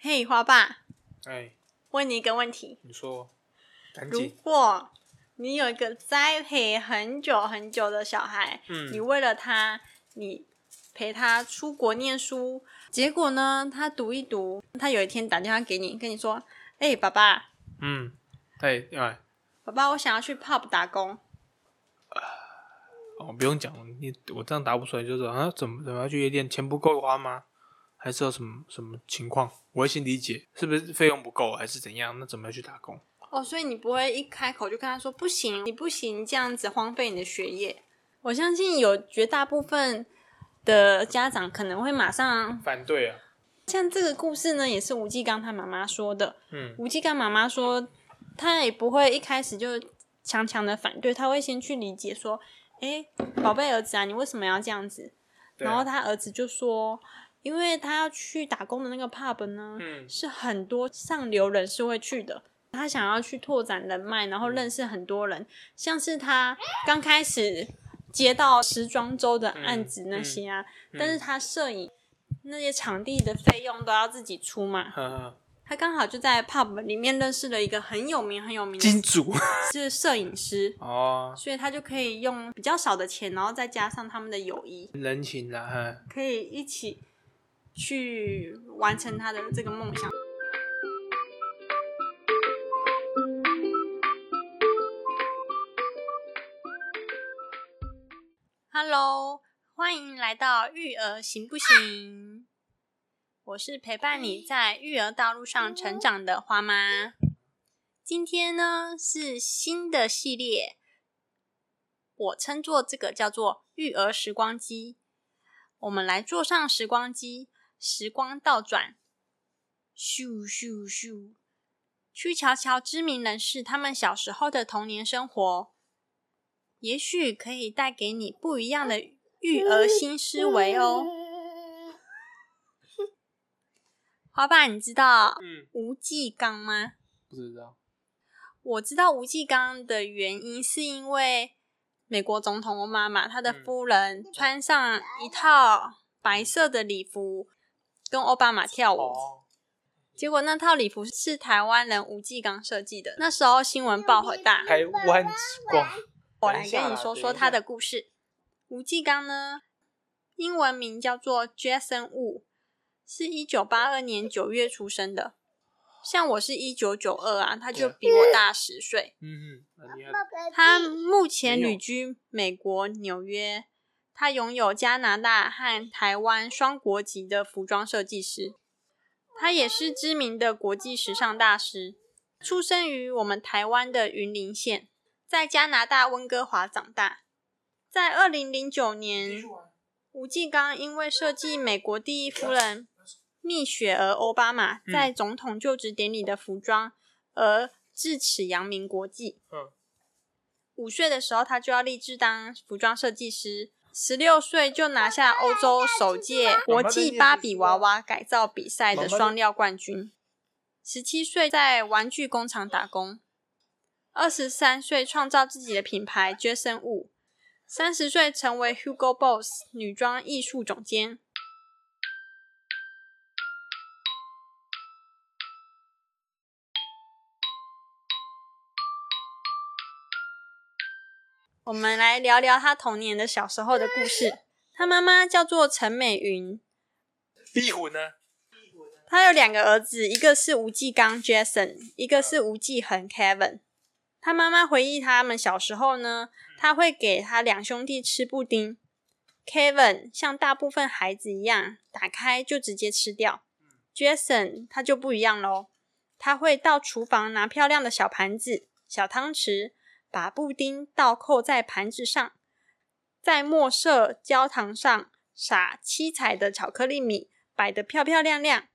嘿，花爸，哎，问你一个问题：你说，赶如紧，果你有一个栽培很久很久的小孩，你嗯，为了他，你陪他出国念书，结果呢，他读一读，他有一天打电话给你，跟你说：“哎、爸爸，嗯，对，哎，爸爸，我想要去 pub 打工。哦，不用讲，你我这样答不出来，就是啊，怎么怎么要去夜店，钱不够花吗？还是有什么什么情况？我会先理解，是不是费用不够，还是怎样？那怎么要去打工？”哦，所以你不会一开口就跟他说：“不行，你不行，这样子荒废你的学业。”我相信有绝大部分的家长可能会马上反对啊，像这个故事呢，也是吴继刚他妈妈说的。嗯吴继刚妈妈说，她也不会一开始就强强的反对，她会先去理解说，诶，宝贝儿子啊，你为什么要这样子？对啊然后他儿子就说，因为他要去打工的那个 pub 呢，嗯，是很多上流人士会去的。他想要去拓展人脉，然后认识很多人，像是他刚开始接到时装周的案子那些啊，嗯但是他摄影那些场地的费用都要自己出嘛。呵呵，他刚好就在 pub 里面认识了一个很有名很有名金的主是摄影师，哦，所以他就可以用比较少的钱，然后再加上他们的友谊，人情啦，哎哈，可以一起去完成他的这个梦想。Hello，欢迎来到育儿行不行？我是陪伴你在育儿道路上成长的花妈。今天呢是新的系列，我称作这个叫做育儿时光机。我们来坐上时光机，时光倒转，咻咻咻，去瞧瞧知名人士他们小时候的童年生活，也许可以带给你不一样的育儿新思维哦。花爸，你知道嗯，吴继刚吗？不知道，我知道吴继刚的原因是因为美国总统奥巴马他嗯的夫人穿上一套白色的礼服跟奥巴马跳舞，哦，结果那套礼服是台湾人吴继刚设计的。那时候新闻报很大，台湾之光，我来等跟一你下啦说等一说下他的故事。吴继刚呢，英文名叫做 Jason Wu，是一九八二年九月出生的。像我是一九九二啊，他就比我大十岁。嗯嗯，很厉害，他目前没有旅居美国纽约，他拥有加拿大和台湾双国籍的服装设计师，他也是知名的国际时尚大师。出生于我们台湾的云林县，在加拿大温哥华长大。在二零零九年，吴继刚因为设计美国第一夫人蜜雪儿·奥巴马嗯在总统就职典礼的服装而至此扬名国际。嗯，五岁的时候，他就要立志当服装设计师。十六岁就拿下欧洲首届国际芭比娃娃改造比赛的双料冠军。十七岁在玩具工厂打工，二十三岁创造自己的品牌 Jason Wu，三十岁成为 Hugo Boss 女装艺术总监。我们来聊聊他童年的小时候的故事。他妈妈叫做陈美云，壁虎呢？他有两个儿子，一个是吴继刚 Jason，一个是吴继恒 Kevin。他妈妈回忆他们小时候呢，他会给他两兄弟吃布丁。Kevin 像大部分孩子一样，打开就直接吃掉。Jason 他就不一样喽，他会到厨房拿漂亮的小盘子、小汤匙，把布丁倒扣在盘子上，在墨色焦糖上撒七彩的巧克力米，摆得漂漂亮亮。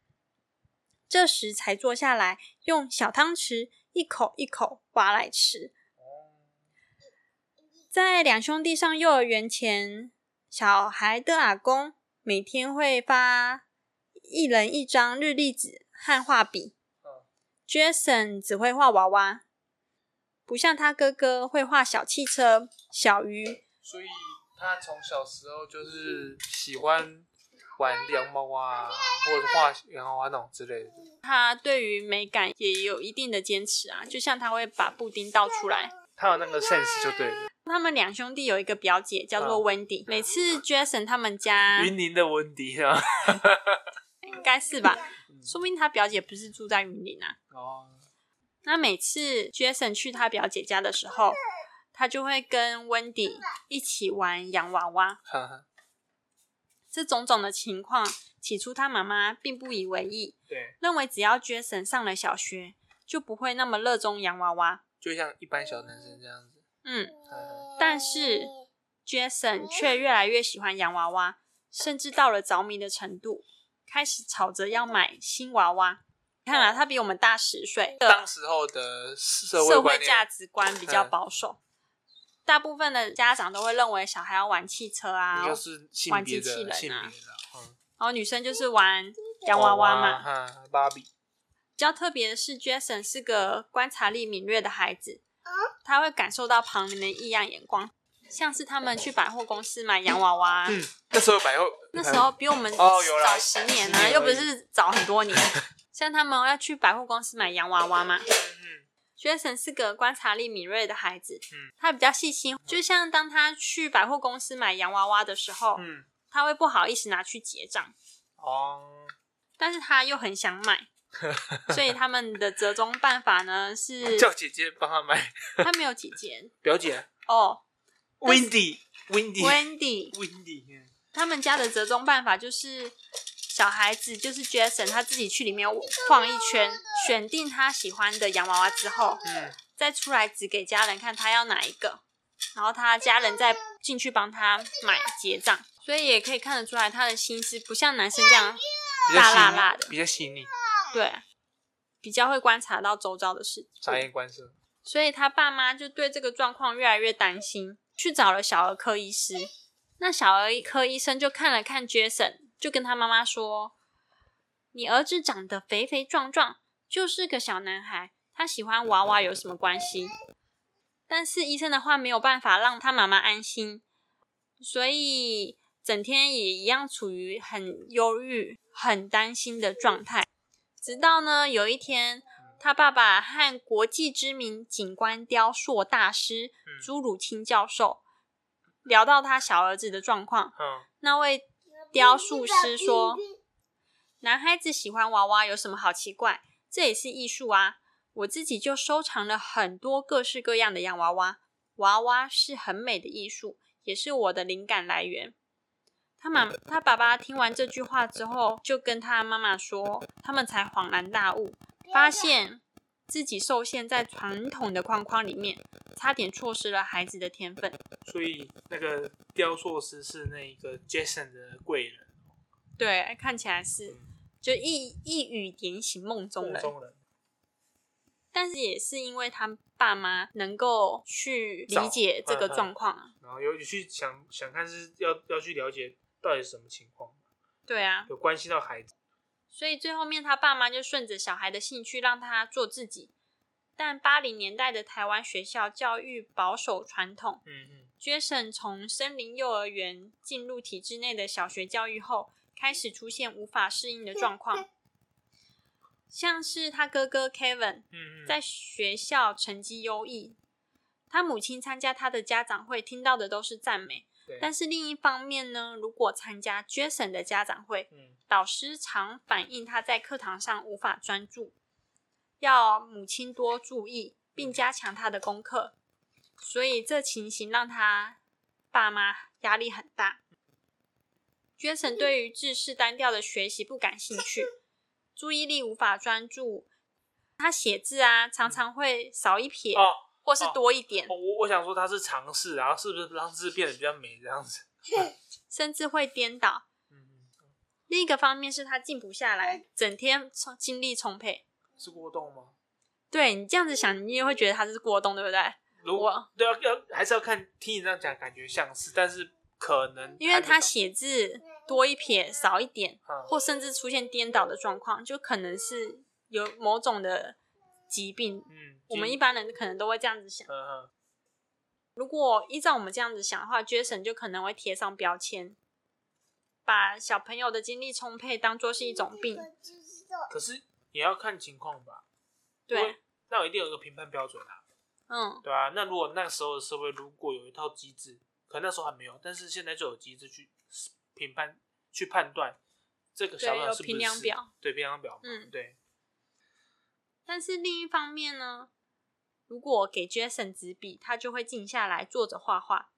这时才坐下来，用小汤匙一口一口挖来吃。在两兄弟上幼儿园前，小孩的阿公每天会发一人一张日历纸和画笔嗯。 Jason 只会画娃娃，不像他哥哥会画小汽车、小鱼、所以他从小时候就是喜欢玩洋猫啊，或者是画洋娃娃那种之类的。他对于美感也有一定的坚持啊，就像他会把布丁倒出来。他有那个 sense 就对了。他们两兄弟有一个表姐叫做嗯 Wendy，、每次 Jason 他们家云林的温迪啊，应该是吧嗯，说不定他表姐不是住在云林啊。哦，那每次 Jason 去他表姐家的时候，他就会跟 Wendy 一起玩洋娃娃。哈哈，这种种的情况，起初他妈妈并不以为意，对，认为只要 Jason 上了小学，就不会那么热衷洋娃娃。就像一般小男生这样子。嗯嗯但是，Jason 却越来越喜欢洋娃娃，甚至到了着迷的程度，开始吵着要买新娃娃。你看啊，他比我们大十岁，当时候的社社观会价念，嗯值观比较保守，大部分的家长都会认为小孩要玩汽车啊，你就然是性别玩机器人的啊性别的，嗯，后女生就是玩洋娃娃嘛。哈，芭比，比较特别的是，Jason 是个观察力敏锐的孩子，他会感受到旁人的异样眼光，像是他们去百货公司买洋娃啊娃，嗯，那时候百货，那时候比我们嗯哦有啦早十年十啊，年又不而已是早很多 年。像他们要去百货公司买洋娃娃嘛嗯，Jason 是个观察力敏锐的孩子，嗯他比较细心，就像当他去百货公司买洋娃娃的时候，嗯，他会不好意思拿去结账，哦，但是他又很想 买，所以他们的折中办法呢是叫姐姐帮他买，他没有姐姐表姐啊 哦 Wendy，Wendy，Wendy， ，Wendy，他们家的折中办法就是小孩子就是 Jason 他自己去里面晃一圈，选定他喜欢的洋娃娃之后，嗯，再出来指给家人看他要哪一个，然后他家人再进去帮他买结账，所以也可以看得出来他的心思不像男生这样，比较细辣辣辣的腻，比较细腻，对，比较会观察到周遭的事察情，言观色，所以他爸妈就对这个状况越来越担心，去找了小儿科医师。那小儿科医生就看了看 Jason，就跟他妈妈说：“你儿子长得肥肥壮壮，就是个小男孩，他喜欢娃娃有什么关系？”但是医生的话没有办法让他妈妈安心，所以整天也一样处于很忧郁、很担心的状态。直到呢有一天，他爸爸和国际知名景观雕塑大师朱汝清教授聊到他小儿子的状况，嗯，那位雕塑师说：“男孩子喜欢娃娃有什么好奇怪？这也是艺术啊！我自己就收藏了很多各式各样的洋娃娃，娃娃是很美的艺术，也是我的灵感来源。”他妈，他爸爸听完这句话之后，就跟他妈妈说，他们才恍然大悟，发现自己受限在传统的框框里面，差点错失了孩子的天分。所以那个雕塑师是那个 Jason 的贵人，对，看起来是嗯就一一语点醒梦中梦人。嗯中人，但是也是因为他爸妈能够去理解这个状况啊，然后有有去想想看是要要去了解到底是什么情况，对啊，有关系到孩子，所以最后面他爸妈就顺着小孩的兴趣让他做自己。但八零年代的台湾学校教育保守传统嗯嗯， ，Jason 从森林幼儿园进入体制内的小学教育后，开始出现无法适应的状况，像是他哥哥 Kevin 嗯嗯，在学校成绩优异，他母亲参加他的家长会听到的都是赞美。对但是另一方面呢，如果参加 Jason 的家长会，嗯导师常反映他在课堂上无法专注，要母亲多注意，并加强他的功课。所以这情形让他爸妈压力很大。Jason 对于知识单调的学习不感兴趣，注意力无法专注，他写字啊常常会少一撇、哦。或是多一点，哦，我我想说他是尝试，然后是不是让字变得比较美这样子？甚至会颠倒。嗯，另一个方面是他静不下来，整天充精力充沛。是过动吗？对你这样子想，你也会觉得他是过动，对不对？如我对啊，要还是要看听你这样讲，感觉像是，但是可能因为还没他到写字多一撇少一点，嗯或甚至出现颠倒的状况，就可能是有某种的疾病。嗯，我们一嗯般人可能都会这样子想。嗯如果依照我们这样子想的话，Jason 就可能会贴上标签。把小朋友的精力充沛当做是一种病。可是也要看情况吧。因对为，那我一定有一个评判标准啊，嗯，对啊，那如果那时候的社会如果有一套机制，可能那时候还没有，但是现在就有机制去评判、去判断这个小对，朋友有是不是评量是表，，对评量表嘛，嗯对，但是另一方面呢，如果给 Jason 纸笔，他就会静下来坐着画画。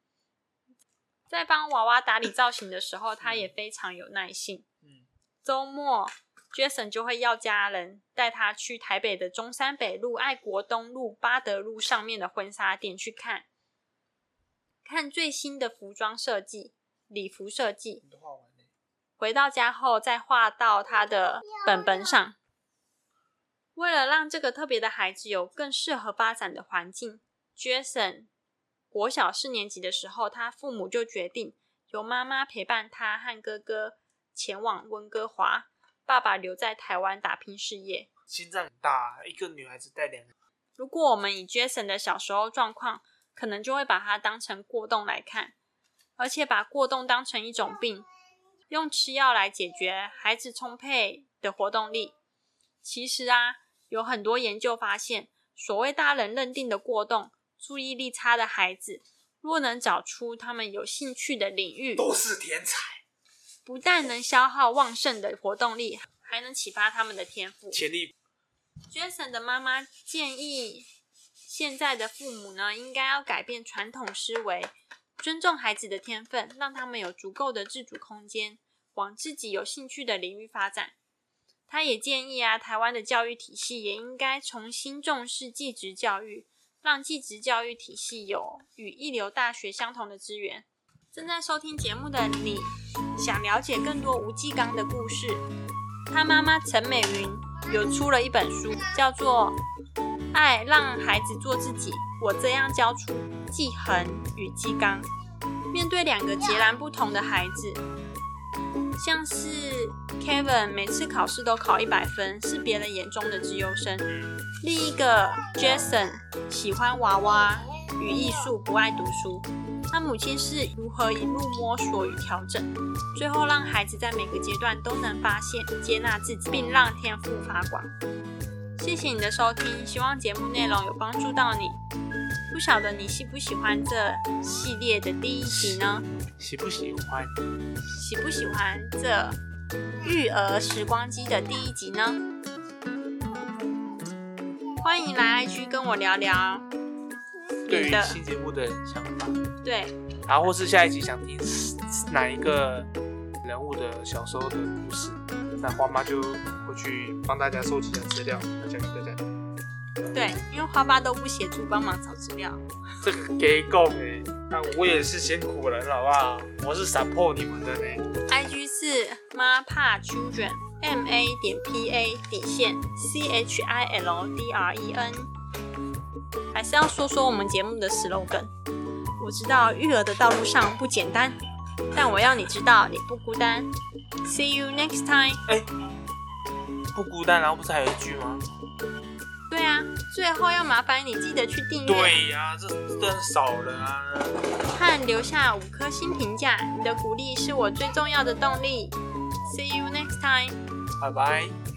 在帮娃娃打理造型的时候，他也非常有耐性。嗯，周末，Jason 就会要家人带他去台北的中山北路、爱国东路、八德路上面的婚纱店去看，看最新的服装设计、礼服设计。你都画完了，回到家后再画到他的本本上。为了让这个特别的孩子有更适合发展的环境，Jason 国小四年级的时候，他父母就决定由妈妈陪伴他和哥哥前往温哥华，爸爸留在台湾打拼事业。心脏很大啊，一个女孩子带两个，如果我们以 Jason 的小时候状况，可能就会把它当成过动来看，而且把过动当成一种病，用吃药来解决孩子充沛的活动力。其实啊，有很多研究发现，所谓大人认定的过动、注意力差的孩子，若能找出他们有兴趣的领域，都是天才，不但能消耗旺盛的活动力，还能启发他们的天赋。潜力 Jason 的妈妈建议现在的父母呢，应该要改变传统思维，尊重孩子的天分，让他们有足够的自主空间，往自己有兴趣的领域发展。他也建议啊，台湾的教育体系也应该重新重视技职教育，让技职教育体系有与一流大学相同的资源。正在收听节目的你，想了解更多吴继刚的故事，他妈妈陈美云有出了一本书，叫做《爱让孩子做自己》，我这样教出继恒与继刚。面对两个截然不同的孩子，像是 Kevin 每次考试都考一百分，是别人眼中的资优生；另一个 Jason 喜欢娃娃与艺术，不爱读书。他母亲是如何一路摸索与调整？最后让孩子在每个阶段都能发现、接纳自己，并让天赋发光。谢谢你的收听，希望节目内容有帮助到你。不晓得你喜不喜欢这系列的第一集呢？喜不喜欢？喜不喜欢这育儿时光机的第一集呢？欢迎来 IG 跟我聊聊。对你于的新节目的想法，对，然后或是下一集想听哪一个人物的小时候的故事，那花妈就会去帮大家收集一下资料，分享给大家。对，因为花爸都不协助帮忙找资料。这个给够哎，那我也是辛苦人了，好不好？我是 support 你们的呢。 IG 是 mapa children m a 点 p a 底线 c h i l d r e n，还是要说说我们节目的 slogan。我知道育儿的道路上不简单，但我要你知道你不孤单。See you next time。不孤单，然后不是还有一句吗？对啊，最后要麻烦你记得去订阅对呀、这这很少了啊。和留下五颗星评价，你的鼓励是我最重要的动力。See you next time。拜拜。